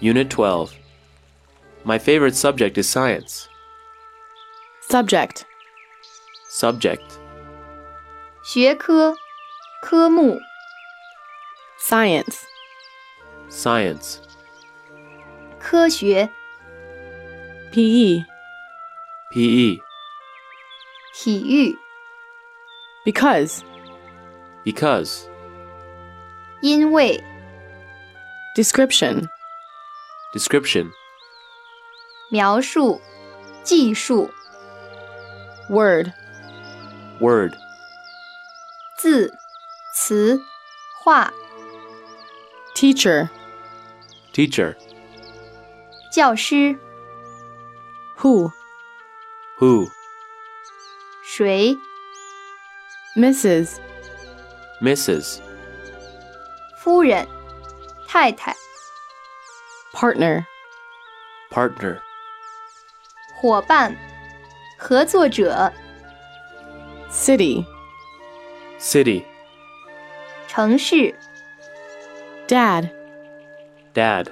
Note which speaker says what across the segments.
Speaker 1: Unit 12. My favorite subject is science.
Speaker 2: Subject.
Speaker 1: Subject.
Speaker 3: 学科，科目，
Speaker 2: Science.
Speaker 1: Science.
Speaker 3: 科学，
Speaker 2: PE.
Speaker 1: PE.
Speaker 3: 体育，
Speaker 2: Because.
Speaker 1: Because.
Speaker 3: 因为，
Speaker 2: Description.
Speaker 1: Description.
Speaker 3: 描述，技术，
Speaker 2: Word.
Speaker 1: Word.
Speaker 3: 字，词，画，
Speaker 2: Teacher.
Speaker 1: Teacher.
Speaker 3: 教师，
Speaker 2: Who.
Speaker 1: Who.
Speaker 3: 谁，
Speaker 2: Mrs.
Speaker 1: Mrs.
Speaker 3: 夫人，太太，
Speaker 2: Partner.
Speaker 1: Partner.
Speaker 3: 伙伴，合作者，
Speaker 2: City.
Speaker 1: City.
Speaker 3: 城市，
Speaker 2: Dad.
Speaker 1: Dad.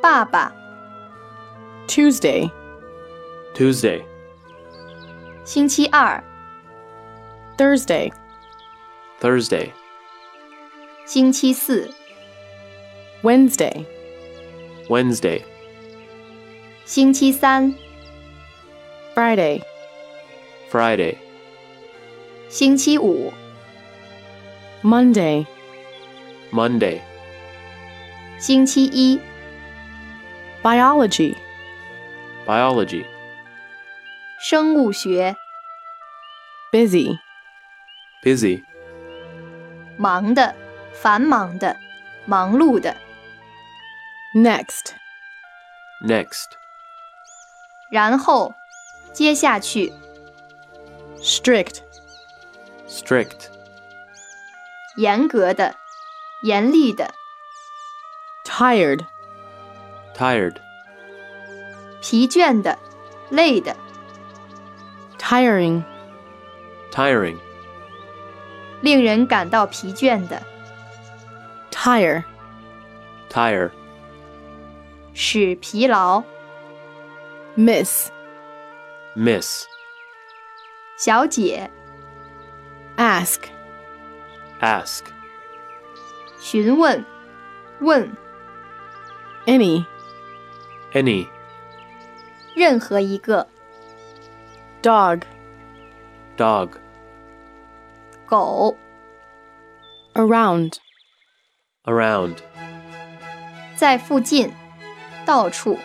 Speaker 3: 爸爸，
Speaker 2: Tuesday.
Speaker 1: Tuesday.
Speaker 3: 星期二，
Speaker 2: Thursday.
Speaker 1: Thursday.
Speaker 3: 星期四，
Speaker 2: Wednesday.
Speaker 1: Wednesday.
Speaker 3: 星期三，
Speaker 2: Friday.
Speaker 1: Friday.
Speaker 3: 星期五，
Speaker 2: Monday.
Speaker 1: Monday.
Speaker 3: 星期一，
Speaker 2: Biology.
Speaker 1: Biology.
Speaker 3: 生物学，
Speaker 2: Busy.
Speaker 1: Busy.
Speaker 3: 忙的，繁忙的，忙碌的，
Speaker 2: Next.
Speaker 1: Next.
Speaker 3: 然后，接下去，
Speaker 2: Strict.
Speaker 1: Strict.
Speaker 3: 严格的，严厉的，
Speaker 2: Tired.
Speaker 1: Tired.
Speaker 3: 疲倦的，累的，
Speaker 2: Tiring.
Speaker 1: Tiring.
Speaker 3: 令人感到疲倦的，
Speaker 2: Tire.
Speaker 1: Tire.
Speaker 3: 使疲劳，
Speaker 2: Miss.
Speaker 1: Miss.
Speaker 3: 小姐，
Speaker 2: Ask.
Speaker 1: Ask.
Speaker 3: 询问，问，
Speaker 2: Any.
Speaker 1: Any.
Speaker 3: 任何一个，
Speaker 2: Dog.
Speaker 1: Dog.
Speaker 3: 狗，
Speaker 2: Around.
Speaker 1: Around.
Speaker 3: 在附近，到处。